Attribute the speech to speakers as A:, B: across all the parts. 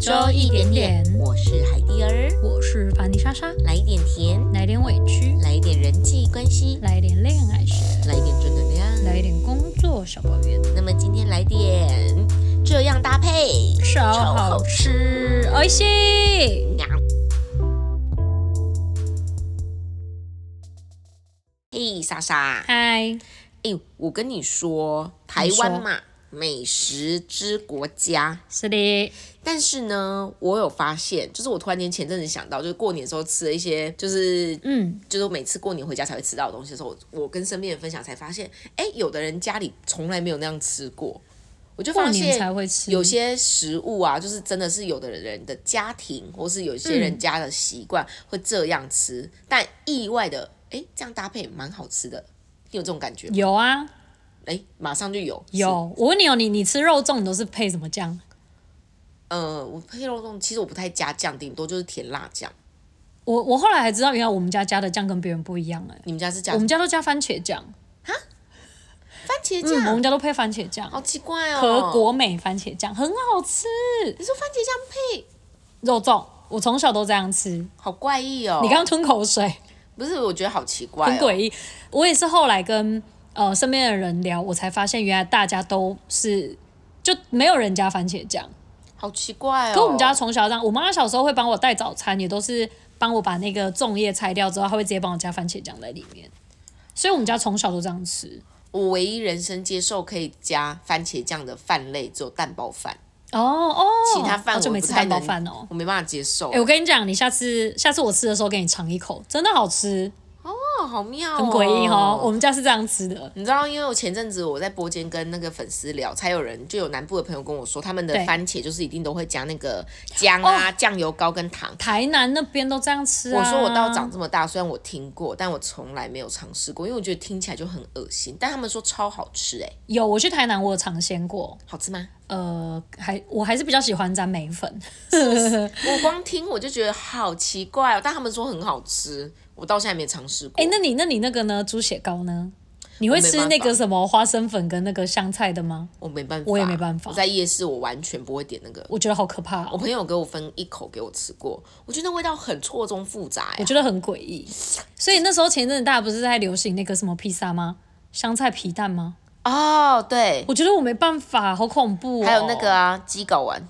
A: 周一点点
B: 我是海蒂儿，
A: 我是凡妮莎莎，
B: 来一点甜，
A: 来点委屈，
B: 来一点人际关系，
A: 来点恋爱学，
B: 来一点正能量。
A: 来一点工作小抱怨，
B: 那么今天来点这样搭配，
A: 超
B: 超
A: 好
B: 好
A: 吃，美味しい。
B: 喵嘿，莎莎，
A: 嗨，
B: 哎，我跟你说，台
A: 你说
B: 湾嘛，美食之国家。
A: 是的，
B: 但是呢，我有发现，就是我突然间前阵子想到，就是过年的时候吃了一些，就是
A: 嗯，
B: 就是我每次过年回家才会吃到的东西的时候，我我跟身边人分享才发现，哎，有的人家里从来没有那样吃过，我就
A: 过
B: 发
A: 年
B: 现
A: 才会吃，
B: 有些食物啊，就是真的是有的人的家庭，或是有些
A: 嗯
B: 人家的习惯会这样吃，但意外的，哎，这样搭配蛮好吃的，你有这种感觉吗？
A: 有啊
B: 哎，马上就有是
A: 有。我问你哦，你你吃肉粽你都是配什么酱？
B: 呃，我配肉粽其实我不太加酱，顶多就是甜辣酱。
A: 我我后来还知道，原来我们家加的酱跟别人不一样哎、
B: 你们家是加
A: 我们家都加番茄酱，
B: 番茄
A: 嗯，我
B: 酱？
A: 们家都配番茄酱，
B: 好奇怪哦！
A: 和国美番茄酱很好吃。
B: 你说番茄酱配，
A: 肉粽，我从小都这样吃。
B: 好怪异哦！
A: 你刚刚吞口水，
B: 不是，我觉得好奇怪、哦，
A: 很诡异。我也是后来跟呃身边的人聊，我才发现原来大家都是就没有人加番茄酱。
B: 好奇怪哦。
A: 可我们家从小这样，我妈小时候会帮我带早餐，也都是帮我把那个粽叶拆掉之后，她会直接帮我加番茄酱在里面。所以我们家从小都这样吃。
B: 我唯一人生接受可以加番茄酱的饭类只有蛋包饭，
A: 哦哦，
B: 其他饭
A: 哦就
B: 我
A: 没
B: 不
A: 吃
B: 太
A: 蛋包
B: 能，
A: 饭哦。
B: 我没办法接受。
A: 哎、我跟你讲，你下次下次我吃的时候给你尝一口，真的好吃，
B: 哦，好妙、哦，
A: 很诡异哦。我。们家是这样吃的，
B: 你知道，因为我前阵子我在播间跟那个粉丝聊，才有人就有南部的朋友跟我说，他们的
A: 对
B: 番茄就是一定都会加那个姜啊、酱油膏跟糖。
A: 台南那边都这样吃啊。
B: 我说我到长这么大，虽然我听过，但我从来没有尝试过，因为我觉得听起来就很恶心。但他们说超好吃、欸，哎，
A: 有，我去台南，我有尝鲜过。
B: 好吃吗？
A: 呃，还我还是比较喜欢沾梅粉，
B: 哦我光听我就觉得好奇怪哦，但他们说很好吃，我到现在没尝试过。
A: 哎、那你那你那个呢？猪血糕呢？你会
B: 我没
A: 吃
B: 办
A: 那个
B: 法
A: 什么花生粉跟那个香菜的吗？
B: 我没办法，
A: 我也没办法
B: 我在夜市我完全不会点那个。
A: 我觉得好可怕、
B: 我
A: 哦，
B: 朋友给我分一口给我吃过，我觉得那味道很错综复杂、
A: 我
B: 欸。
A: 觉得很诡异。所以那时候前阵子大家不是在流行那个什么披萨吗？香菜皮蛋吗？
B: 哦，对，
A: 我觉得我没办法，好恐怖、哦。
B: 还有那个啊，鸡睾丸，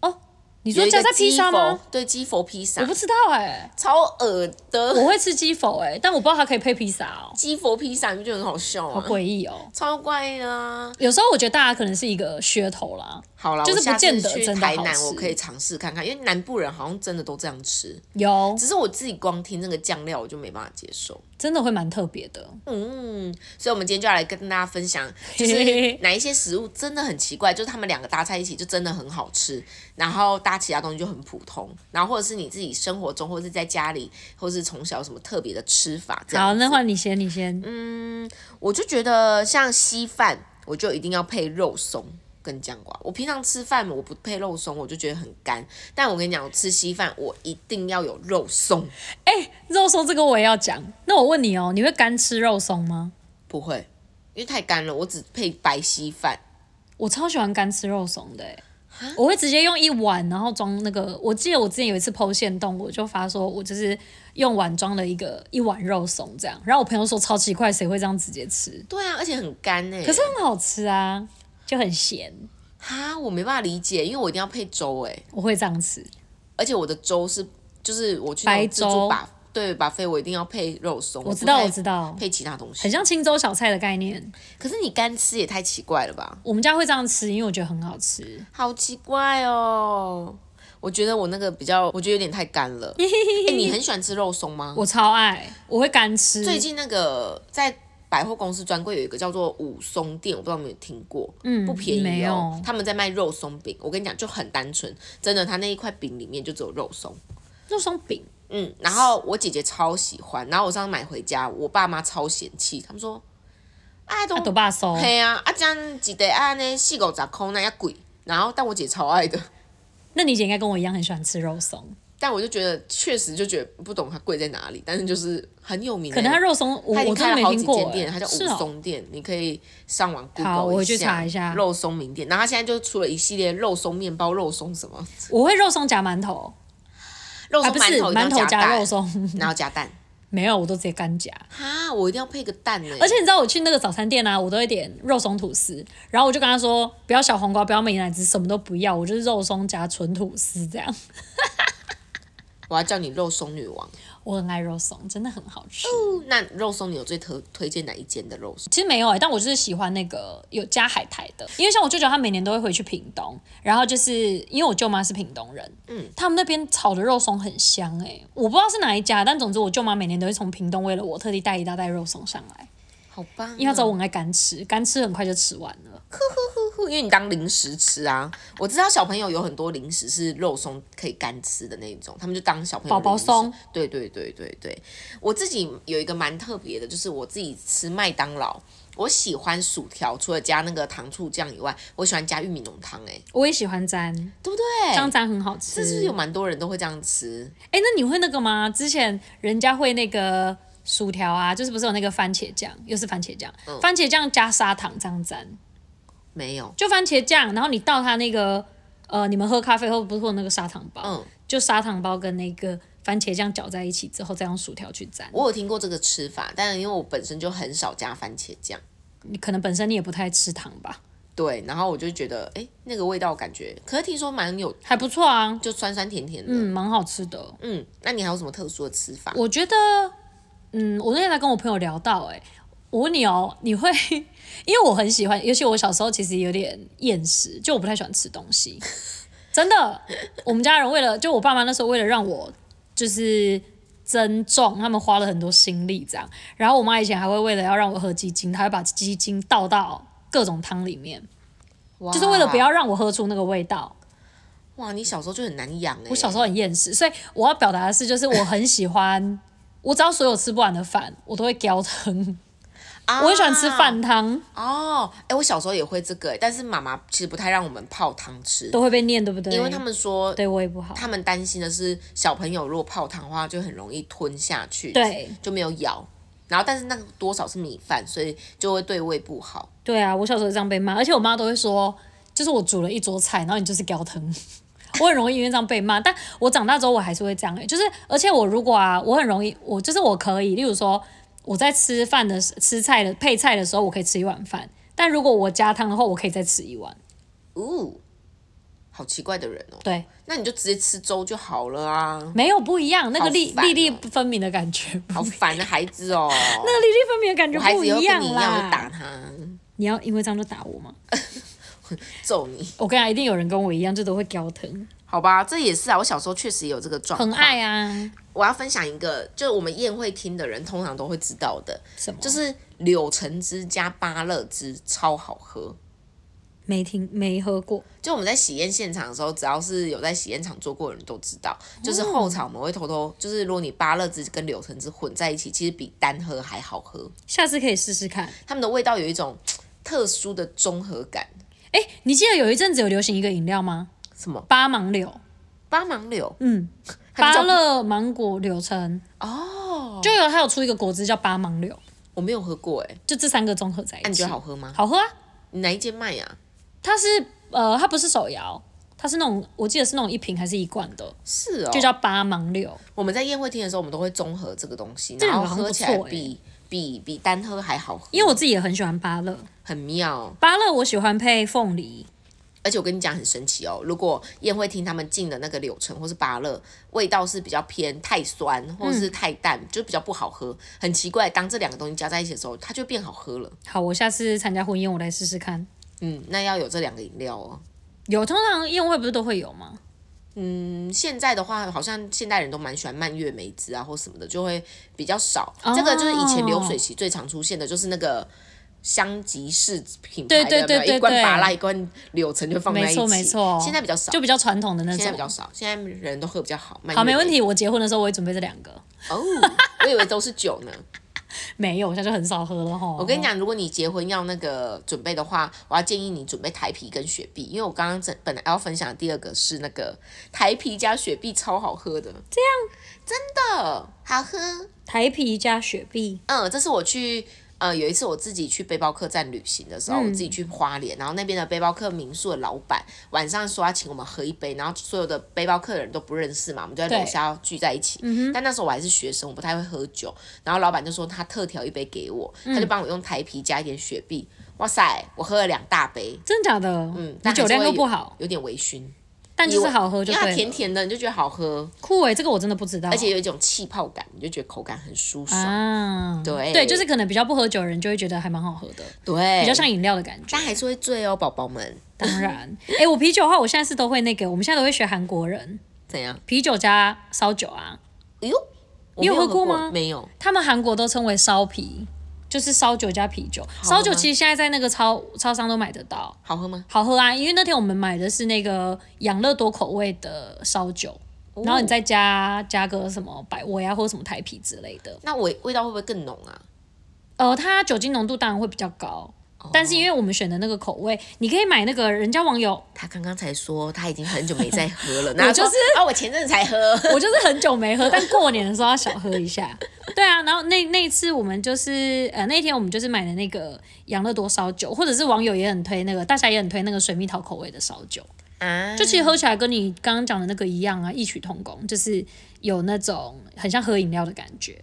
A: 哦，你
B: 你
A: 说加在披萨吗？？
B: 对，鸡佛披
A: 我
B: 萨
A: 不，知道哎、
B: 超恶的。
A: 我会吃鸡否哎、但我不知道它可以配披萨哦，
B: 鸡佛披萨你不觉得很好笑
A: 好
B: 吗？
A: 诡异哦。
B: 超怪的啊！
A: 有时候我觉得大家可能是一个噱头啦，
B: 好啦，
A: 就是
B: 我下
A: 不
B: 次
A: 见得
B: 去
A: 真的
B: 台
A: 好
B: 南，
A: 吃
B: 我可以尝试看看，因为南部人好像真的都这样吃。
A: 有
B: 只是我自己光听那个酱料，我就没办法接受。
A: 真的会蛮特别的。
B: 嗯，所以我们今天就要来跟大家分享， 就是哪一些食物真的很奇怪，就是他们两个搭在一起就真的很好吃，然后搭其他东西就很普通，然后或者是你自己生活中，或者是在家里，或者是从小有什么特别的吃法这样。
A: 好，那换你先，你先。
B: 我就觉得像稀饭，我就一定要配肉松跟酱瓜。我平常吃饭我不配肉松，我就觉得很干，但我跟你讲，我吃稀饭我一定要有肉松，
A: 哎、肉松这个我也要讲。那我问你哦，你会干吃肉松吗？
B: 不会，因为太干了，我只配白稀饭。
A: 我超喜欢干吃肉松的、欸，我会直接用一碗，然后装那个。我记得我之前有一次剖线洞，我就发说，我就是用碗装了一个一碗肉松这样。然后我朋友说超奇怪，谁会这样直接吃？
B: 对啊，而且很干哎、
A: 可是很好吃啊，就很咸，
B: 哈，我没办法理解，因为我一定要配粥哎、
A: 我会这样吃。
B: 而且我的粥是就是我去那种
A: 白
B: 自
A: 粥
B: 助把对把费，我一定要配肉松。
A: 我知道，
B: 不太
A: 我知道，
B: 配其他东西
A: 很。像青州小菜的概念。
B: 可是你干吃也太奇怪了吧？
A: 我们家会这样吃，因为我觉得很好吃。
B: 好奇怪哦！我觉得我那个比较，我觉得有点太干 了。哎、你很喜欢吃肉松吗？
A: 我超爱，我会干吃。
B: 最近那个在百货公司专柜有一个叫做武松店，我不知道你有没有听过，
A: 嗯
B: 不便
A: 没
B: 宜哦
A: 有。
B: 他们在卖肉松饼，我跟你讲就很单纯，真的，它那一块饼里面就只有肉松。
A: 肉松饼，
B: 嗯，然后我姐姐超喜欢，然后我上次买回家，我爸妈超嫌弃，他们说，哎，都
A: 阿斗爸收。
B: 嘿啊，啊这样一袋啊呢四五十块那也贵，然后但我姐超爱的，
A: 那你姐应该跟我一样很喜欢吃肉松，
B: 但我就觉得确实就觉得不懂它贵在哪里，但是就是很有名欸、
A: 可能它肉松我
B: 它已
A: 我
B: 经
A: 真
B: 开了
A: 的没
B: 好
A: 听
B: 几
A: 过
B: 间
A: 欸、
B: 店，它叫
A: 是
B: 五
A: 哦，
B: 松店，你可以上网 Google
A: 好我会去查一下
B: 肉松名店。然后它现在就出了一系列肉松面包、肉松什么、
A: 我会肉松夹馒头，
B: 肉
A: 啊
B: 松
A: 不是
B: 馒头，一定
A: 馒头
B: 要
A: 夹
B: 蛋
A: 肉，松，
B: 然后加蛋。
A: 没有我都直接干夹。
B: 哈，我一定要配个蛋呢、
A: 而且你知道我去那个早餐店啊，我都会点肉松吐司，然后我就跟他说不要小黄瓜，不要美乃滋，什么都不要，我就是肉松夹纯吐司这样。
B: 我要叫你肉松女王。
A: 我很爱肉松，真的很好吃。
B: 那肉松你有最推推荐哪一间的肉松？
A: 其实没有哎、但我就是喜欢那个有加海苔的，因为像我舅舅他每年都会回去屏东，然后就是因为我舅妈是屏东人，嗯，他们那边炒的肉松很香哎、我不知道是哪一家，但总之我舅妈每年都会从屏东为了我特地带一大袋肉松上来，
B: 好棒、
A: 因为她知道我很爱干吃，干吃很快就吃完了。
B: 因为你当零食吃啊。我知道小朋友有很多零食是肉松可以干吃的那一种，他们就当小朋友
A: 宝宝
B: 零食
A: 松。
B: 对对对对对，我自己有一个蛮特别的，就是我自己吃麦当劳，我喜欢薯条，除了加那个糖醋酱以外，我喜欢加玉米浓汤、欸，哎，
A: 我也喜欢沾，
B: 对不对？
A: 香沾很好吃。
B: 这是不是有蛮多人都会这样吃？
A: 哎、那你会那个吗？之前人家会那个薯条啊，就是不是有那个番茄酱，又是番茄酱，番茄酱加砂糖这样沾，
B: 没有，
A: 就番茄酱，然后你倒它那个呃，你们喝咖啡后不是会有那个砂糖包，
B: 嗯，
A: 就砂糖包跟那个番茄酱搅在一起之后，再用薯条去沾。
B: 我有听过这个吃法，但因为我本身就很少加番茄酱。
A: 你可能本身你也不太吃糖吧，
B: 对，然后我就觉得，哎，那个味道感觉，可是听说蛮有，
A: 还不错啊，
B: 就酸酸甜甜的。
A: 嗯，蛮好吃的。
B: 嗯，那你还有什么特殊的吃法？
A: 我觉得，嗯，我那天在跟我朋友聊到、欸，我问你哦，你会， 因为我很喜欢，尤其我小时候其实有点厌食，就我不太喜欢吃东西， 真的。我们家人为了，就我爸妈那时候为了让我就是增重，他们花了很多心力这样。然后我妈以前还会为了要让我喝鸡精，她会把鸡精倒到各种汤里面，
B: 哇
A: 就是为了不要让我喝出那个味道。
B: 哇，你小时候就很难养哎、
A: 我小时候很厌食，所以我要表达的是，就是我很喜欢，我只要所有吃不完的饭，我都会叼汤。
B: 啊
A: 我很喜欢吃饭汤，
B: 哦，哎、我小时候也会这个、哎但是妈妈其实不太让我们泡汤吃，
A: 都会被念，对不对？
B: 因为他们说
A: 对我也不好。
B: 他们担心的是小朋友如果泡汤的话，就很容易吞下去，
A: 对，
B: 就没有咬。然后但是那个多少是米饭，所以就会对胃不好。
A: 对啊，我小时候这样被骂，而且我妈都会说，就是我煮了一桌菜，然后你就是叼汤。 我很容易因为这样被骂，但我长大之后我还是会这样、欸，就是而且我如果啊，我很容易，我就是我可以，例如说我在吃饭的时吃菜的配菜的时候，我可以吃一碗饭，但如果我加汤的话，我可以再吃一碗。
B: 哦，好奇怪的人哦。
A: 对，
B: 那你就直接吃粥就好了啊，
A: 没有不一样，那个粒
B: 好烦哦
A: 粒粒分明的感觉，那
B: 好烦的孩子 哦。
A: 个粒粒分明的感觉
B: 我孩
A: 不
B: 子以后跟
A: 样
B: 你一样，我就打
A: 啦。
B: 他，
A: 你要因为这样就打我吗？
B: 揍你。
A: 我跟你讲，一定有人跟我一样，就都会腰疼，
B: 好吧，这也是啊，我小时候确实有这个状况。
A: 很爱啊。
B: 我要分享一个，就我们宴会厅的人通常都会知道的，
A: 什么？
B: 就是柳橙汁加芭乐汁，超好喝。
A: 没听没喝过，
B: 就我们在喜宴现场的时候，只要是有在喜宴场做过的人都知道，就是后场我们会偷偷，就是如果你芭乐汁跟柳橙汁混在一起，其实比单喝还好喝，
A: 下次可以试试看。
B: 它们的味道有一种嘖特殊的综合感。
A: 哎，你记得有一阵子有流行一个饮料吗？
B: 什么
A: 八芒柳，
B: 八芒柳？
A: 嗯，
B: 它们
A: 芭
B: 叫
A: 乐芒果柳橙，
B: 哦，
A: 就有它有出一个果汁叫八芒柳，
B: 我没有喝过哎、
A: 就这三个综合在一
B: 那、
A: 起，
B: 哎你觉得好喝吗？
A: 好喝啊。
B: 你哪一间卖啊呀、
A: 它是呃，它不是手摇，它是那种我记得是那种一瓶还是一罐的，
B: 是哦，
A: 就叫八芒柳。
B: 我们在宴会厅的时候，我们都会综合这个东西，
A: 这
B: 然
A: 两
B: 后
A: 个
B: 喝
A: 好像不
B: 起来
A: 错欸
B: 比比比单喝还好喝，
A: 因为我自己也很喜欢芭乐，
B: 很妙。
A: 芭乐我喜欢配凤梨，
B: 而且我跟你讲很神奇哦，如果宴会厅他们进的那个柳橙或是芭乐，味道是比较偏太酸或者是太淡，就比较不好喝。很奇怪，当这两个东西加在一起的时候，它就变好喝了。
A: 好，我下次参加婚宴我来试试看。
B: 嗯，那要有这两个饮料哦。
A: 有，通常宴会不是都会有吗？
B: 嗯，现在的话，好像现代人都蛮喜欢蔓越莓汁啊或什么的，就会比较少。
A: 哦
B: 这个就是以前流水席最常出现的，就是那个香吉士品牌
A: 对
B: 的，
A: 对
B: 有没有
A: 对对
B: 一罐
A: 对
B: 芭拉，一罐柳橙就放在一起。
A: 没错没错
B: 现在比较少，
A: 就比较传统的那
B: 现在比较
A: 种。
B: 少，现在人都喝比较好。蔓越
A: 好，没问
B: 莓。
A: 题。我结婚的时候我会准备这两个。
B: 哦，我以为都是酒呢。
A: 没有，我现在就很少喝了哈。
B: 我跟你，讲，如果你结婚要那个准备的话，我要建议你准备台啤跟雪碧，因为我刚刚整本来要分享的第二个是那个台啤加雪碧超好喝的，这样真的好喝。
A: 台啤加雪碧，
B: 嗯，这是我去呃有一次我自己去背包客栈旅行的时候，我自
A: 嗯
B: 己去花莲，然后那边的背包客民宿的老板晚上说要请我们喝一杯，然后所有的背包客人都不认识嘛，我们就在楼
A: 对嗯
B: 下聚在一起。但那时候我还是学生，我不太会喝酒，然后老板就说他特调一杯给我，他
A: 嗯
B: 就帮我用台啤加一点雪碧，哇塞，我喝了两大杯。
A: 真的假的？
B: 嗯，
A: 你
B: 但
A: 酒
B: 还是
A: 量
B: 会
A: 又不
B: 有
A: 好，，
B: 有点微醺，
A: 但就是
B: 以为
A: 好喝就
B: 因为它
A: 对
B: 甜
A: 了。
B: 甜的，你就觉得好喝，
A: 酷哎，这个我真的不知道。
B: 而且有一种气泡感，你就觉得口感很舒爽。
A: 啊，
B: 对哎
A: 对，就是可能比较不喝酒的人就会觉得还蛮好喝的，
B: 对，
A: 比较像饮料的感觉。
B: 但还是会醉哦，宝宝们。
A: 当然，哎、我啤酒的话，我现在是都会那个，我们现在都会学韩国人
B: 怎样？
A: 啤酒加烧酒啊，
B: 哎呦，我
A: 你有
B: 没有
A: 喝过吗
B: 没有，
A: 他们韩国都称为烧啤，就是烧酒加啤酒。烧酒
B: 吗
A: 其实现在在那个超超商都买得到，
B: 好喝吗？
A: 好喝啊！因为那天我们买的是那个养乐多口味的烧酒，
B: 哦
A: 然后你再加加个什么百威啊，或者什么台啤之类的。
B: 那味味道会不会更浓啊？
A: 呃，它酒精浓度当然会比较高，但是因为我们选的那个口味，你可以买那个人家网友
B: 他刚刚才说他已经很久没再喝 了，那
A: 就是
B: 啊，我前阵子才喝。
A: 我就是很久没喝，但过年的时候要小喝一下。对啊，然后那那一次我们就是呃那天我们就是买的那个养乐多烧酒，或者是网友也很推那个，大家也很推那个水蜜桃口味的烧酒，
B: 啊，
A: 就其实喝起来跟你刚刚讲的那个一样啊，异曲同工，就是有那种很像喝饮料的感觉。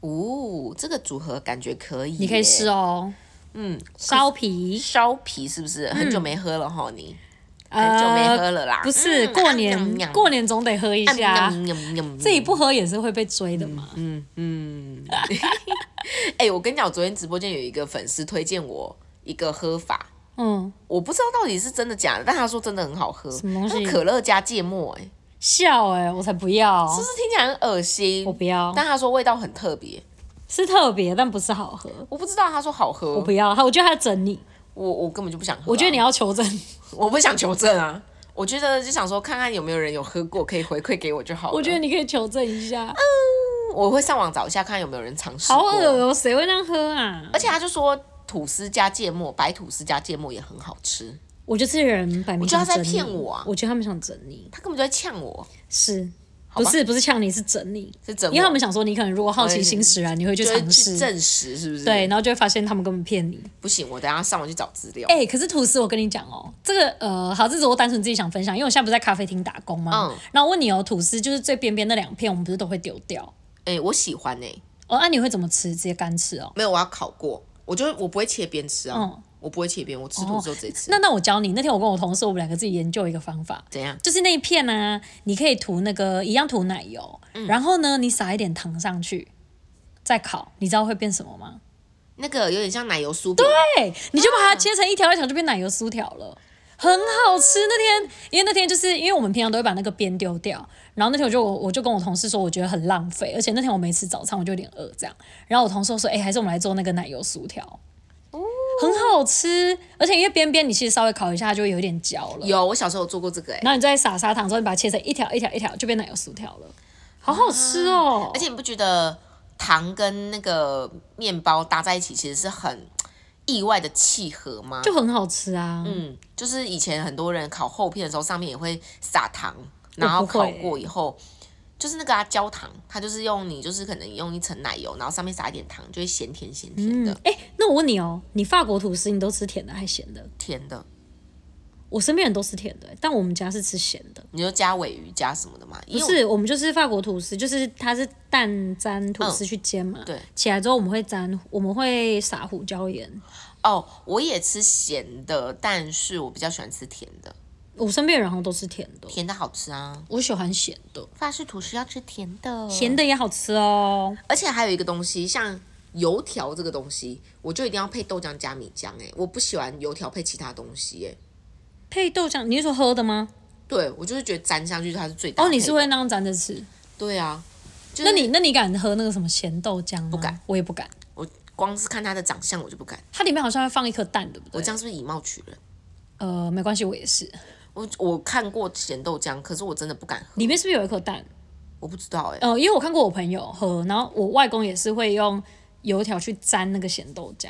B: 哦，这个组合感觉可以，
A: 你可以试
B: 哦。
A: 哦，
B: 嗯，
A: 烧皮
B: 烧皮是不是很久没喝了哈？你很久没
A: 嗯呃
B: 喝了啦，嗯啊
A: 不是过年过年总得喝一下，啊自
B: 自
A: 己不喝也是会被追的嘛。
B: 哎，我跟你讲，我昨天直播间有一个粉丝推荐我一个喝法，
A: 嗯，
B: 我不知道到底是真的假的，但他说真的很好喝，
A: 什么东西
B: 他说可乐加芥末，哎，
A: 笑哎、我才不要，
B: 是不是听起来很恶心？
A: 我不要。
B: 但他说味道很特别，
A: 是特别，但不是好喝。
B: 我不知道。他说好喝，
A: 我
B: 我
A: 不要，他我觉得他在整你，
B: 我根本就不想喝啊、
A: 我觉得你要求证。
B: 我不想求证啊，我觉得就想说看看有没有人有喝过，可以回馈给我就好了。
A: 我觉得你可以求证一下。
B: 我会上网找一下，看有没有人尝试
A: 好
B: 过。啊
A: 恶哦、谁会那样喝啊
B: 而？且他就说吐司加芥末，白吐司加芥末也很好吃。
A: 我觉得这些人摆明
B: 我觉得他
A: 想整
B: 在
A: 你
B: 骗我啊
A: 我觉得他们想整你，
B: 他根本就在呛我，
A: 是
B: 好
A: 不
B: 吧
A: 是不是呛你是整你？
B: 是整我
A: 因为他们想说你可能如果好奇心使然，你会去
B: 就
A: 尝
B: 是去
A: 试，
B: 证实是不是？
A: 对，，然后就会发现他们根本骗你。
B: 不行，我等一下上网去找资料。
A: 哎、可是吐司，我跟你讲哦、这个呃，好，这是我单纯自己想分享，因为我现在不是在咖啡厅打工吗？
B: 嗯
A: 然后我问你哦、吐司就是最边边那两片，我们不是都会丢掉？
B: 哎、我喜欢哎、
A: 哦，那、你会怎么吃？直接干吃哦、
B: 没有，我要烤过，我就我不会切边吃啊，
A: 嗯哦
B: 我不会切边，我吃吐司就直接吃。
A: 那那我教你，那天我跟我同事，我们两个自己研究一个方法，
B: 怎样？
A: 就是那一片呢、啊你可以涂那个一样涂奶油，然后呢，你撒一点糖上去，再烤，你知道会变什么吗？
B: 那个有点像奶油酥饼，
A: 对，你就把它切成一条一条，就变奶油酥条了。很好吃那天，因为那天就是因为我们平常都会把那个边丢掉，然后那天我就我我就跟我同事说，我觉得很浪费，而且那天我没吃早餐，我就有点饿这样。然后我同事就说，哎、还是我们来做那个奶油薯条，很好吃，而且因为边边你其实稍微烤一下，它就会有一点焦了。
B: 有，我小时候有做过这个哎、
A: 然后你再撒砂糖之后，你把它切成一条一条一条，就变奶油薯条了，好好吃哦！
B: 啊而且你不觉得糖跟那个面包搭在一起，其实是很意外的契合吗？
A: 就很好吃啊。
B: 嗯，就是以前很多人烤厚片的时候，上面也会撒糖，然后
A: 我不会
B: 烤过以后，就是那个啊焦糖，它就是用你就是可能用一层奶油，然后上面撒一点糖，就会咸甜咸甜的，
A: 哎、那我问你哦，你法国吐司你都吃甜的还是咸的？
B: 甜的。
A: 我身边人都吃甜的、但我们家是吃咸的。
B: 你就加尾鱼加什么的嘛？
A: 不
B: 因为我
A: 是，我们就是法国吐司，就是它是蛋沾吐司去煎嘛。
B: 嗯对。
A: 起来之后我们会沾，我们会撒胡椒盐。
B: 哦，我也吃咸的，但是我比较喜欢吃甜的，
A: 我身边人好像都吃甜的，
B: 甜的好吃啊。
A: 我喜欢咸的，
B: 法式吐司要吃甜的，
A: 咸的也好吃哦。
B: 而且还有一个东西，像油条这个东西，我就一定要配豆浆加米浆。哎，我不喜欢油条配其他东西。哎，
A: 配豆浆，你是说喝的吗？
B: 对我就是觉得沾下去它是最搭
A: 哦，
B: 配的
A: 你是会那样沾着吃？
B: 对啊，就是
A: 那你那你敢喝那个什么咸豆浆吗？不
B: 敢，
A: 我也不敢。
B: 我光是看它的长相我就不敢，
A: 它里面好像会放一颗蛋，对不对？
B: 我这样是不是以貌取人？
A: 呃，没关系，我也是。
B: 我我看过咸豆浆，可是我真的不敢喝，
A: 里面是不是有一颗蛋？嗯
B: 我不知道哎、
A: 呃，因为我看过我朋友喝，然后我外公也是会用油条去沾那个咸豆浆，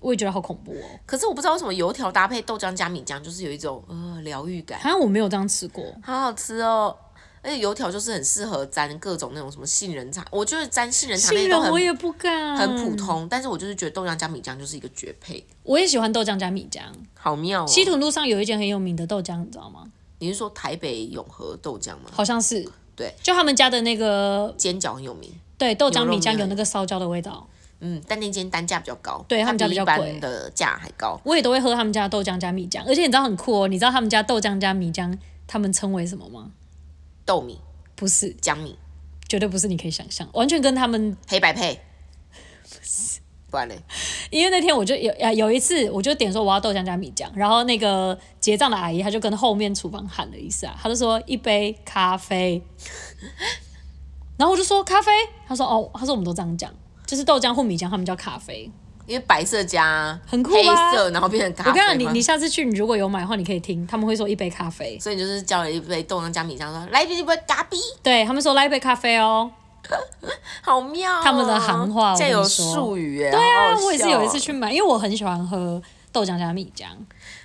A: 我也觉得好恐怖哦。
B: 可是我不知道为什么油条搭配豆浆加米浆，就是有一种呃疗愈感，
A: 好像我没有这样吃过，
B: 好好吃哦。而且油条就是很适合沾各种那种什么杏仁茶，我觉得沾杏仁茶那
A: 杏
B: 些都
A: 仁
B: 很
A: 我也不敢，
B: 很普。通，但是我就是觉得豆浆加米浆就是一个绝配，
A: 我也喜欢豆浆加米浆。
B: 好妙哦。
A: 西屯路上有一间很有名的豆浆，你知道吗？
B: 你是说台北永和豆浆吗？
A: 好像是，
B: 对，
A: 就他们家的那个
B: 煎饺很有名，
A: 对豆浆
B: 牛肉
A: 米浆有
B: 面
A: 那个烧焦的味道，
B: 嗯，但那间单价比较高，
A: 对他们家
B: 它
A: 比
B: 比
A: 较
B: 一
A: 贵
B: 般的价还高。
A: 我也都会喝他们家的豆浆加米浆。而且你知道很酷哦，你知道他们家豆浆加米浆他们称为什么吗？
B: 豆米、
A: 不是，
B: 江米、
A: 绝对不是你可以想象，完全跟他们
B: 黑白 配，不然嘞，
A: 因为那天我就有呃有一次，我就点说我要豆浆加米浆，然后那个结账的阿姨她就跟后面厨房喊了一下，她就说一杯咖啡， 然后我就说咖啡，她说哦，她说我们都这样讲，就是豆浆或米浆，他们叫咖啡。
B: 因为白色加
A: 很酷
B: 黑
A: 吧
B: 色，然后变成咖
A: 我
B: 啡
A: 跟
B: 嘛。
A: 你讲，你你下次去，你如果有买的话，你可以听，他们会说一杯咖啡，
B: 所以你就是叫了一杯豆浆加米浆，说来一杯咖啡，
A: 对他们说来一杯咖啡哦。
B: 好妙哦、
A: 他们的行话我
B: 这
A: 跟你
B: 有
A: 说
B: 术语哎。对
A: 啊，我也是有一次去
B: 哦
A: 买，因为我很喜欢喝豆浆加米浆，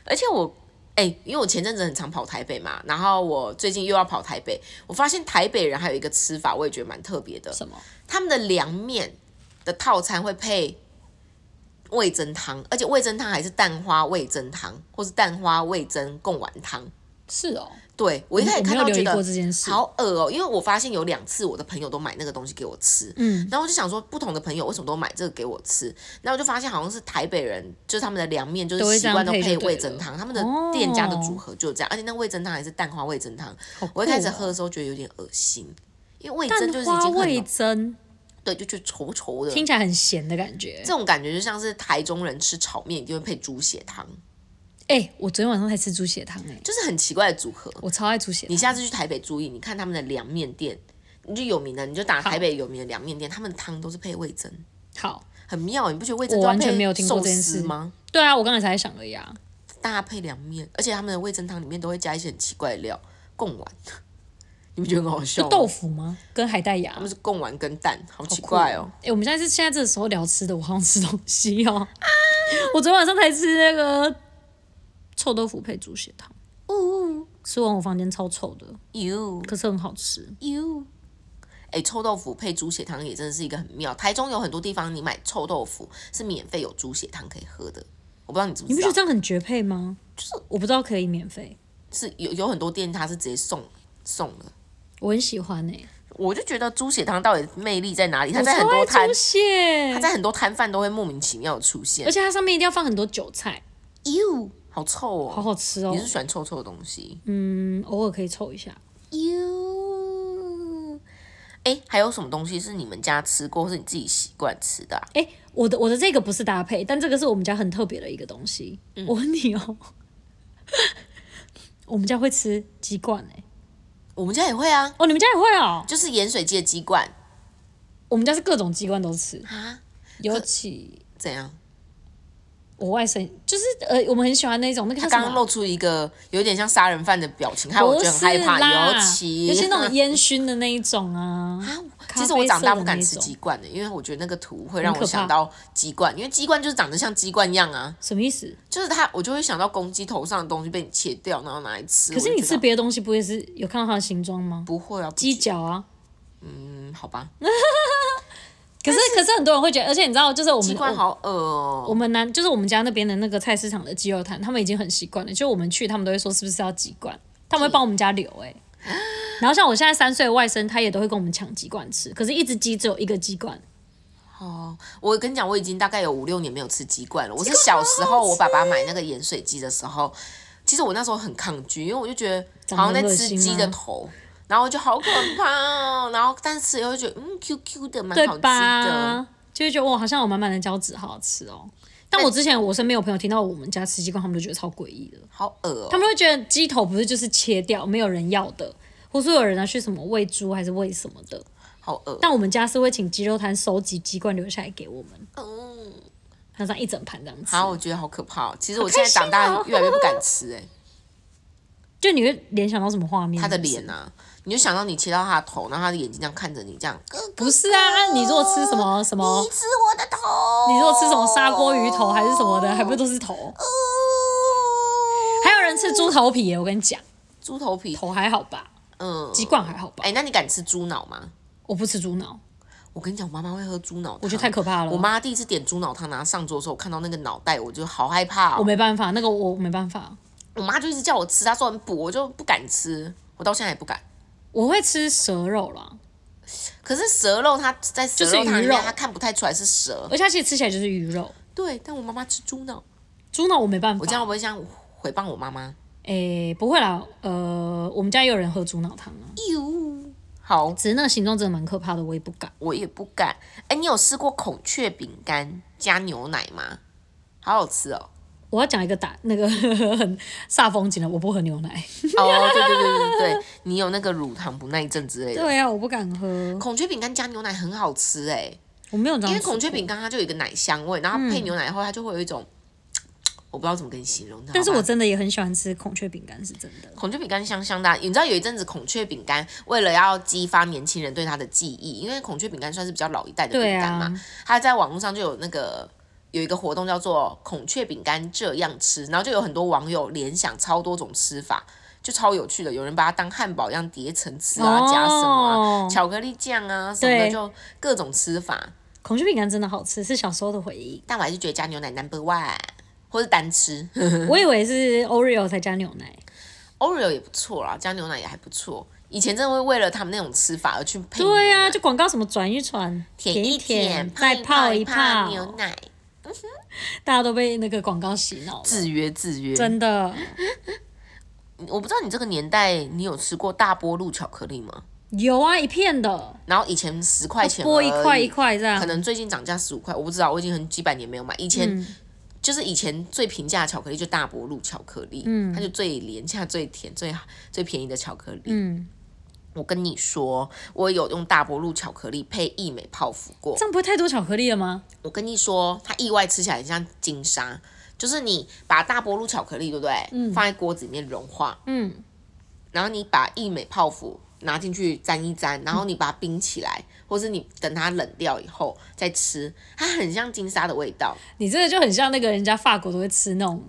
B: 而且我哎、因为我前阵子很常跑台北嘛，然后我最近又要跑台北，我发现台北人还有一个吃法，我也觉得蛮特别的，
A: 什么
B: 他们的凉面的套餐会配味噌汤，而且味噌汤还是蛋花味噌汤，或是蛋花味噌贡丸汤。
A: 是哦，
B: 对我一开始
A: 我没
B: 看
A: 有
B: 到
A: 留
B: 觉
A: 意过这
B: 得
A: 件事，
B: 好恶哦、因为我发现有两次我的朋友都买那个东西给我吃，
A: 嗯，
B: 然后我就想说，不同的朋友为什么都买这个给我吃？然后我就发现好像是台北人，就是他们的凉面就
A: 都会
B: 是习
A: 这样
B: 惯都
A: 配就
B: 配
A: 对
B: 味
A: 了
B: 噌汤，他们的
A: 哦
B: 店家的组合就是这样，而且那味噌汤还是蛋花味噌汤。
A: 好酷哦
B: 我一开始喝的时候觉得有点恶心，因为味噌就是已
A: 蛋花
B: 经
A: 味
B: 很
A: 噌。
B: 对，就就稠稠
A: 听
B: 的。
A: 起来很咸的感觉
B: 这。种感觉就像是台中人吃炒面一定会配猪血汤，
A: 哎、我昨天晚上才吃猪血汤哎、
B: 就是很奇怪的组合。
A: 我超爱猪血
B: 你
A: 汤。
B: 下次去台北注意，你看他们的凉面店，你就有名的，你就打
A: 好
B: 台北有名的凉面店，他们的汤都是配味噌，
A: 好，
B: 很妙。你不觉得味噌
A: 我
B: 都要
A: 完全
B: 配
A: 没有听过
B: 寿
A: 这件
B: 司
A: 事
B: 吗？
A: 对啊，我刚才才想了呀。
B: 搭配凉面，而且他们的味噌汤里面都会加一些很奇怪的料，贡丸， 你们觉得很好笑
A: 是
B: 吗？
A: 豆腐吗？跟海带芽？
B: 他
A: 好
B: 们是贡丸跟蛋，好奇怪
A: 酷
B: 哦。。
A: 哎、我们现在是现在这个时候聊吃的，我好想吃东西哦。 我昨天晚上才吃那个臭豆腐配猪血汤，
B: 呜
A: 吃完我房间超臭的，
B: 呦
A: 可是很好吃。
B: 呦，哎，臭豆腐配猪血汤也真的是一个很妙。台中有很多地方你买臭豆腐是免费有猪血汤可以喝的，我不知道你知不
A: 你
B: 知
A: 不觉
B: 道
A: 得，这样很绝配吗？
B: 就是
A: 我不知道可以免费，
B: 是有有很多店它是直接送送的。
A: 我很喜欢哎、
B: 我就觉得猪血汤到底魅力在哪里？它
A: 我
B: 在很
A: 超
B: 多
A: 爱
B: 摊
A: 猪，血
B: 它，在很多摊贩都会莫名其妙的出现
A: 而。且它上面一定要放很多韭菜，
B: 呦，好臭
A: 好
B: 哦！
A: 好吃哦。
B: 你是喜欢臭臭的东西？
A: 嗯，偶尔可以凑一下。
B: 哟，哎，还有什么东西是你们家吃过，或是你自己习惯吃的、啊？
A: 哎、我的我的这个不是搭配，但这个是我们家很特别的一个东西。
B: 嗯
A: 我问你哦， 我们家会吃鸡冠哎、
B: 我们家也会啊，
A: 哦，你们家也会哦？
B: 就是盐水鸡的鸡冠
A: 我们家是各种鸡冠都吃，
B: 啊，
A: 尤其
B: 怎样？
A: 我外甥就是呃，我们很喜欢那种那个叫
B: 他
A: 什
B: 刚
A: 么
B: 刚
A: 啊？
B: 露出一个有点像杀人犯的表情，害我觉得很害
A: 不是啦
B: 怕。尤其
A: 尤其那 种烟熏的那一种啊。
B: 啊，
A: 咖
B: 其
A: 啡
B: 实我长大
A: 色的
B: 不敢
A: 那
B: 吃
A: 种
B: 鸡冠的，因为我觉得那个图会
A: 很
B: 让
A: 可
B: 我
A: 怕
B: 想到鸡冠，因为鸡冠就是长得像鸡冠一样啊，
A: 什么意思？
B: 就是它，我就会想到公鸡头上的东西被你切掉，然后拿来吃。
A: 可是
B: 我就
A: 你
B: 觉
A: 吃
B: 得
A: 别的东西不会是有看到它的形状吗？
B: 不会啊，不
A: 鸡
B: 觉
A: 脚啊。
B: 嗯，好吧，
A: 可是可是很多人会觉得，而且你知道，就是我们
B: 鸡冠
A: 我
B: 好恶哦、
A: 我们南就是我们家那边的那个菜市场的鸡肉摊，他们已经很习惯了。就我们去，他们都会说是不是要鸡冠，他们会帮我们家留哎、然后像我现在三岁的外甥，他也都会跟我们抢鸡冠吃，可是一只鸡只有一个鸡冠，
B: 哦，我跟你讲，我已经大概有五六年没有吃鸡冠了。我是小时候我爸
A: 哦
B: 爸买那个盐水鸡的时候，其实我那时候很抗拒，因为我就觉得
A: 长得
B: 好像在
A: 很恶
B: 吃
A: 心
B: 鸡
A: 吗
B: 的头，然后我就好可怕哦。然后但是又会觉得嗯 Q Q 的蛮
A: 对
B: 好吃的。
A: 吧？就会觉得哇，好像有满满的胶质，好好吃哦。但
B: 哎
A: 我之前我身边有朋友听到我们家吃鸡冠，他们就觉得超诡异的，
B: 好恶哦、
A: 他们会觉得鸡头不是就是切掉，没有人要的，或是有人拿去什么喂猪还是喂什么的。
B: 好哦恶、
A: 但我们家是会请鸡肉摊收集鸡冠留下来给我们，
B: 嗯，
A: 那这样一整盘这样吃。
B: 好，我觉得好可怕、哦。其实
A: 好
B: 我
A: 开
B: 现在长
A: 心
B: 大
A: 哦
B: 越来越不敢吃哎、
A: 就你会联想到什么画面？
B: 他的脸啊，你就想到你切到他的头，然后他的眼睛这样看着你，这样。哥哥
A: 不是啊，啊你如果吃什么什么
B: 你，吃我的头。呃
A: 你如果吃什么砂锅鱼头还是什么的，还不都是头？
B: 哦
A: 还有人吃猪头皮耶，我跟你讲，
B: 猪头皮？
A: 头还好吧，
B: 嗯。
A: 鸡冠还好吧
B: 哎、，那你敢吃猪脑吗？
A: 我不吃猪脑，
B: 我跟你讲，我妈妈会喝猪脑汤，
A: 我觉得太可怕了。
B: 我妈第一次点猪脑汤，然后上桌的时候，我看到那个脑袋，我就好害怕、
A: 我
B: 哦。
A: 没办法，那个我没办法，
B: 我妈就一直叫我吃，她说很补，我就不敢吃，我到现在也不敢。
A: 我会吃蛇肉啦，
B: 可是蛇肉它在蛇
A: 就是
B: 肉汤里
A: 鱼肉
B: 面，它看不太出来是蛇。
A: 而且它其实吃起来就是鱼肉。
B: 对，但我妈妈吃猪脑，
A: 猪脑我没办法，
B: 我这样会不会像诽谤我妈妈？
A: 诶、不会啦，呃，我们家也有人喝猪脑汤啊，
B: 哟，好，
A: 只是那个形状真的蛮可怕的，我也不敢。
B: 我也不敢。哎，你有试过孔雀饼干加牛奶吗？好好吃哦。
A: 我要讲一个打那个 很煞风景的，我不喝牛奶。
B: 哦，对对对对对，你有那个乳糖不耐症之类的。
A: 对啊，我不敢喝，
B: 孔雀饼干加牛奶很好吃哎、
A: 我没有嗯这样。
B: 因为孔雀，饼干它就有一个奶香味，然后配牛奶后它就会有一种，我不知道怎么跟你形容。你知道
A: 但是
B: 吧
A: 我真的也很喜欢吃孔雀饼干，是真的。
B: 孔雀饼干香香的啊、你知道有一阵子孔雀饼干为了要激发年轻人对它的记忆，因为孔雀饼干算是比较老一代的
A: 对
B: 饼干嘛
A: 啊，，
B: 它在网络上就有那个有一个活动叫做孔雀饼干这样吃，然后就有很多网友联想超多种吃法，就超有趣的。有人把它当汉堡一样叠层吃啊，加什么、啊、
A: 哦
B: 巧克力酱啊什么的，
A: 对
B: 就各种吃法。
A: 孔雀饼干真的好吃，是小时候的回忆。
B: 但我还是觉得加牛奶 number one，或是单吃
A: 我以为是 Oreo 才加牛奶，
B: Oreo 也不错啦，加牛奶也还不错。以前真的会为了他们那种吃法而去配牛奶，
A: 对啊，就广告什么转一转，
B: 舔
A: 一
B: 一
A: 舔，
B: 舔，
A: 再泡
B: 一
A: 泡，
B: 牛奶，
A: 大家都被那个广告洗脑了，
B: 制约制约。
A: 真的
B: 我不知道你这个年代，你有吃过大波露巧克力吗？
A: 有啊，一片的，
B: 然后以前十块钱
A: 剥一
B: 而已
A: 块一，啊块这样
B: 可，能最近涨价十五块，我不知道，我已经很几百年没有买。以前、
A: 嗯
B: 就是以前最平价的巧克力就大波露巧克力，它就最廉价、最甜、最最便宜的巧克力。
A: 嗯，
B: 我跟你说，我有用大波露巧克力配益美泡芙过。
A: 这样不会太多巧克力了吗？
B: 我跟你说，它意外吃起来很像金沙，就是你把大波露巧克力，对不对？放在锅子里面融化，
A: 嗯，
B: 然后你把益美泡芙拿进去沾一沾，然后你把它冰起来，或是你等它冷掉以后再吃，它很像金沙的味道。
A: 你这个就很像那个人家法国都会吃那种，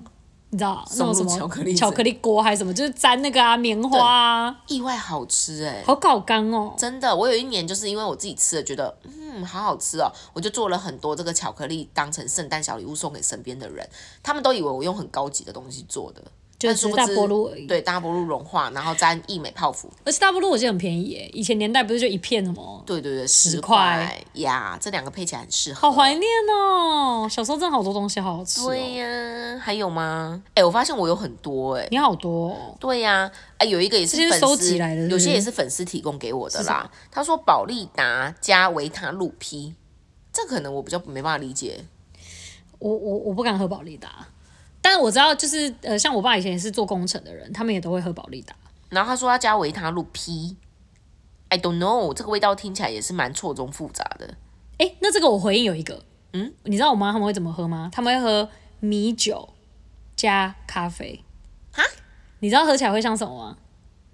A: 你知道那种什
B: 松露
A: 么
B: 巧克力
A: 巧克力锅还是什么，就是沾那个啊棉花啊，
B: 意外好吃哎、
A: 好搞干哦。
B: 真的，我有一年就是因为我自己吃了，觉得嗯好好吃哦，我就做了很多这个巧克力当成圣诞小礼物送给身边的人，他们都以为我用很高级的东西做的，
A: 就
B: 但殊
A: 只
B: 不
A: 是
B: 知
A: 大波露而已，
B: 对，大波露融化，然后沾益美泡芙，
A: 而且大波露我记得很便宜耶，以前年代不是就一片什么，
B: 对对对，十
A: 块
B: 呀，这两个配起来很适合。
A: 好怀念哦，小时候真的好多东西好好吃
B: 对
A: 哦，
B: 呀、还有吗？哎、我发现我有很多哎、
A: 你好多哦，
B: 对呀、哎、有一个也是
A: 这些
B: 粉丝
A: 收集来的是不
B: 有
A: 是
B: 些也是粉丝提供给我的啦。他说宝利达加维他露 P，这可能我比较没办法理解。
A: 我我我不敢喝宝利达，但是我知道就是呃，像我爸以前也是做工程的人，他们也都会喝宝利达，
B: 然后他说他加维他露 P，I don't know，这个味道听起来也是蛮错综复杂的。
A: 哎、那这个我回应有一个，嗯，你知道我妈他们会怎么喝吗？他们会喝米酒加咖啡。
B: 哈？
A: 你知道喝起来会像什么吗？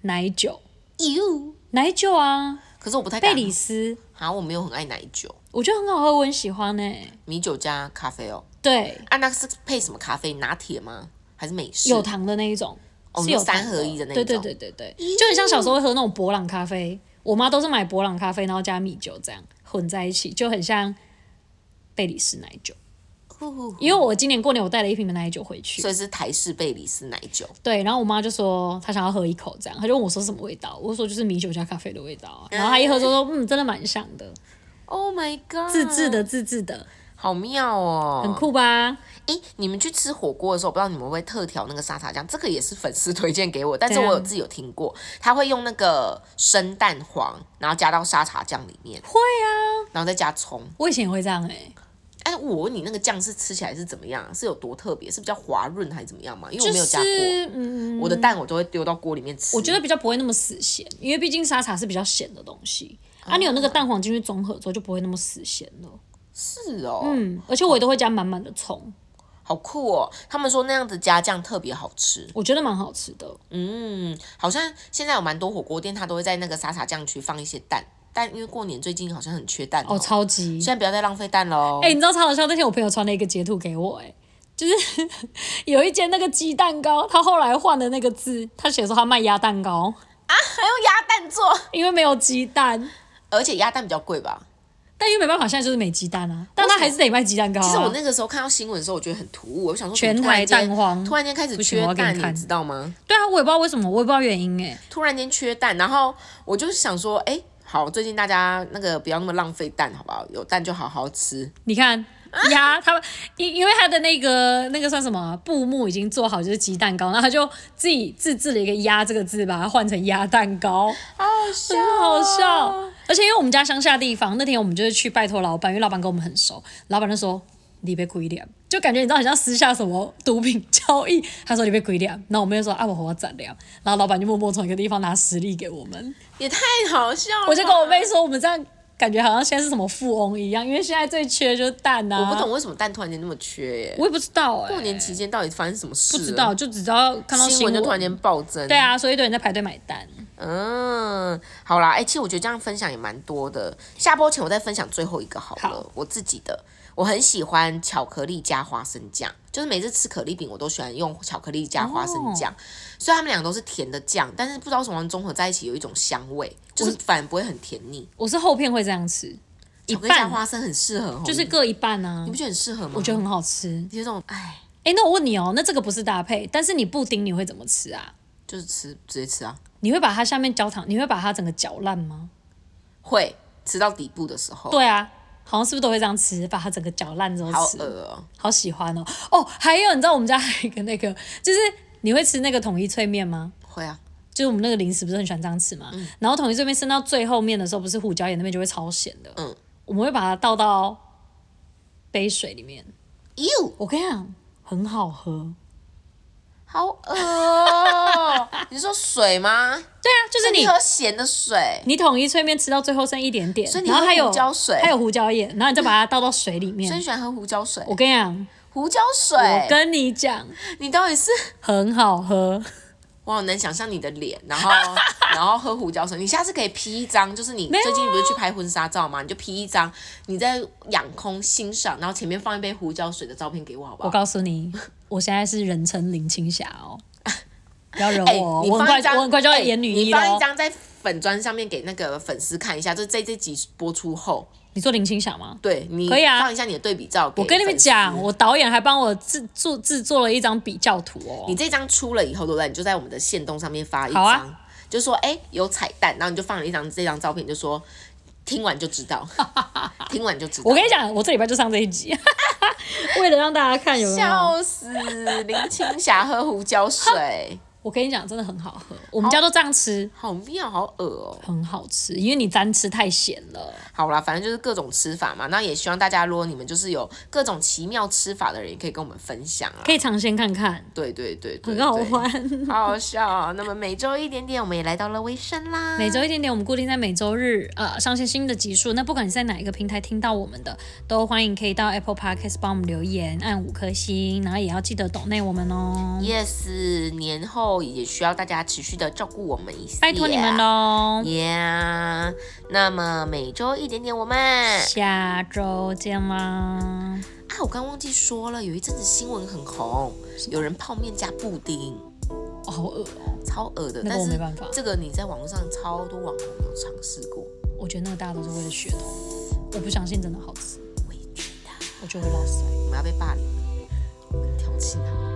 A: 奶酒，
B: You，
A: 奶酒啊，
B: 可是我不太
A: 贝
B: 敢
A: 里斯，
B: 啊，我没有很爱奶酒，
A: 我觉得很好喝，我很喜欢呢、
B: 米酒加咖啡哦。
A: 对，
B: 啊，那是配什么咖啡？拿铁吗？还是美式？
A: 有糖的那一种，
B: 哦
A: 是有
B: 三
A: 糖
B: 合一的那一
A: 对
B: 种
A: 对对对对，就很像小时候会喝那种博朗咖啡，我妈都是买博朗咖啡，然后加米酒这样混在一起，就很像贝里斯奶酒。
B: 呼，
A: 因为我今年过年我带了一瓶的奶酒回去，
B: 所以哦是台式贝里斯奶酒。
A: 对，然后我妈就说她想要喝一口，这样，她就问我说什么味道，我就说就是米酒加咖啡的味道啊。然后她一喝就说，嗯，真的蛮像的，
B: Oh my god！
A: 自制的自制的，
B: 好妙哦，
A: 很酷吧？
B: 诶，你们去吃火锅的时候，我不知道你们会特调那个沙茶酱，这个也是粉丝推荐给我，但是
A: 怎
B: 我
A: 样
B: 有自己有听过，他会用那个生蛋黄，然后加到沙茶酱里面，
A: 会啊，
B: 然后再加葱。
A: 我以前也会这样哎、
B: 哎，我问你，那个酱是吃起来是怎么样？啊是有多特别？是比较滑润还是怎么样吗？因为
A: 就
B: 我没有加过，
A: 是嗯，
B: 我的蛋我都会丢到锅里面吃。
A: 我觉得比较不会那么死咸，因为毕竟沙茶是比较咸的东西。啊，你有那个蛋黄进去综合之后，就不会那么死咸了。
B: 是哦，
A: 嗯，而且我也都会加满满的葱，
B: 好酷哦！他们说那样子加酱特别好吃。
A: 我觉得蛮好吃的。
B: 嗯，好像现在有蛮多火锅店，它都会在那个沙茶酱区放一些蛋，但因为过年最近好像很缺蛋
A: 哦，超级
B: 现在不要再浪费蛋哦喽。
A: 哎、你知道超好笑？那天我朋友传了一个截图给我、哎，就是 有一间那个鸡蛋糕，他后来换的那个字，他写说他卖鸭蛋糕，
B: 还用鸭蛋做，
A: 因为没有鸡蛋，
B: 而且鸭蛋比较贵吧？
A: 但因为没办法，现在就是没鸡蛋啊，但他还是得卖鸡蛋糕、啊。
B: 其实我那个时候看到新闻的时候，我觉得很突兀，我想说
A: 全
B: 怎么突然
A: 台
B: 间
A: 蛋荒
B: 突然间开始
A: 不行我
B: 缺
A: 要给你
B: 蛋，
A: 看
B: 你知道吗？
A: 对啊，我也不知道为什么，我也不知道原因、哎，
B: 突然间缺蛋，然后我就想说，哎、好，最近大家那个不要那么浪费蛋，好不好？有蛋就好好吃。
A: 你看。鸭，他们因因为他的那个那个算什么啊布幕已经做好，就是鸡蛋糕，然后他就自己自制了一个“鸭”这个字，把它换成鸭蛋糕，
B: 好笑
A: 很好笑。而且因为我们家乡下地方，那天我们就是去拜托老板，因为老板跟我们很熟，老板就说你别亏脸，就感觉你知道很像私下什么毒品交易。他说你别亏脸，然后我们就说啊我我攒粮，然后老板就默默从一个地方拿实力给我们，
B: 也太好笑了吧。
A: 我就跟我妹说我们这样。感觉好像现在是什么富翁一样，因为现在最缺就是蛋啊！
B: 我不懂，为什么蛋突然间那么缺耶、
A: 我也不知道哎、
B: 过年期间到底发生什么事？
A: 不知道，，就只知道看到
B: 啊新闻
A: 闻
B: 就突然间暴增。
A: 对，啊，所以一堆人在排队买单。
B: 嗯，好啦，哎、其实我觉得这样分享也蛮多的。下播前我再分享最后一个好了，
A: 好
B: 我自己的，我很喜欢巧克力加花生酱，就是每次吃可丽饼我都喜欢用巧克力加花
A: 哦
B: 生酱，虽然它们两个都是甜的酱，但是不知道为什么综合在一起有一种香味，就是反而不会很甜腻。
A: 我是后片会这样吃，一
B: 巧克力加
A: 半
B: 花生很适合哦，
A: 就是各一半啊
B: 你不，觉得很适合吗？
A: 我觉得很好吃。
B: 有种哎，
A: 哎、那我问你哦，那这个不是搭配，但是你布丁你会怎么吃啊？
B: 就是吃直接吃啊，
A: 你会把它下面焦糖，你会把它整个搅烂吗？
B: 会吃到底部的时候，
A: 对啊，好像是不是都会这样吃，把它整个搅烂之后
B: 好
A: 吃，
B: 饿哦。
A: 好喜欢哦。哦，还有你知道我们家还有一个那个，就是你会吃那个统一脆面吗？
B: 会啊，
A: 就是我们那个零食不是很喜欢这样吃嘛，
B: 嗯
A: 然后统一这边升到最后面的时候，不是胡椒盐那边就会超咸的，
B: 嗯
A: 我们会把它倒到杯水里面。
B: 哟，
A: 我跟你讲，很好喝。
B: 好饿哦！你说水吗？
A: 对啊，就是
B: 你
A: 你
B: 喝咸的水，
A: 你统一脆面吃到最后剩一点点，
B: 所以你
A: 然后
B: 喝
A: 还有
B: 胡椒水
A: 还有胡椒盐，然后你再把它倒到水里
B: 所以
A: 面
B: 你。喜欢喝胡椒水。
A: 我跟你讲，
B: 胡椒水，
A: 我跟你讲，
B: 你到底是
A: 很好喝。
B: 我好能想象你的脸，然 后然后喝胡椒水。你下次可以 P 一张，就是你
A: 没有啊
B: 最近不是去拍婚纱照吗？你就 P 一张你在仰空欣赏，然后前面放一杯胡椒水的照片给我，好不
A: 我
B: 好？
A: 告诉你，我现在是人称林青霞 哦，不要惹
B: 哎、
A: 我哦，
B: 你
A: 我很
B: 放
A: 快
B: 一张，
A: 我很快就要
B: 哎
A: 演女一哦
B: 你
A: 喽。
B: 放一张在粉砖上面给那个粉丝看一下，就是这这集播出后，
A: 你说林青霞吗？
B: 对你
A: 可以啊
B: 放一下你的对比照给
A: 我跟你们
B: 粉丝
A: 讲，我导演还帮我制作制作了一张比较图哦。
B: 你这张出了以后，对不对？你就在我们的线动上面发一
A: 好
B: 张，
A: 啊
B: 就说哎、有彩蛋，然后你就放了一张这张照片，你就说听完就知 道，听完就知道。
A: 我跟你讲，我这礼拜就上这一集， 为了让大家看有没有。
B: 笑死，林青霞喝胡椒水，
A: 我跟你讲，真的很好喝，我们家都这样吃，
B: 好妙，好恶哦、
A: 很好吃，因为你单吃太咸了。
B: 好啦，反正就是各种吃法嘛。那也希望大家，如果你们就是有各种奇妙吃法的人，也可以跟我们分享啊
A: 可。以尝鲜看看，
B: 对对对对
A: 很
B: 对
A: 好玩。
B: 好好笑哦、那么每周一点点，我们也来到了尾声啦。
A: 每周一点点，我们固定在每周日呃上线新的集数。那不管你在哪一个平台听到我们的，都欢迎可以到 Apple Podcast 帮我们留言，按五颗星，然后也要记得抖内我们哦，
B: Yes，年后也需要大家持续的照顾我们一下，
A: 拜托你们。喽。
B: Yeah，那么每周一点点，我们啊，
A: 下周见啦！
B: 我刚忘记说了，有一阵子新闻很红，有人泡面加布丁，
A: 哦，好饿哦，
B: 超恶的。
A: 那个
B: 但
A: 我
B: 是
A: 没办法
B: 这个你在网络上超多网红有尝试过，
A: 我觉得那个大家都是为了噱头，我不相信真的好吃，
B: 我一定的，
A: 我就会落塞。
B: 我们要被霸凌了，我们挑起他们。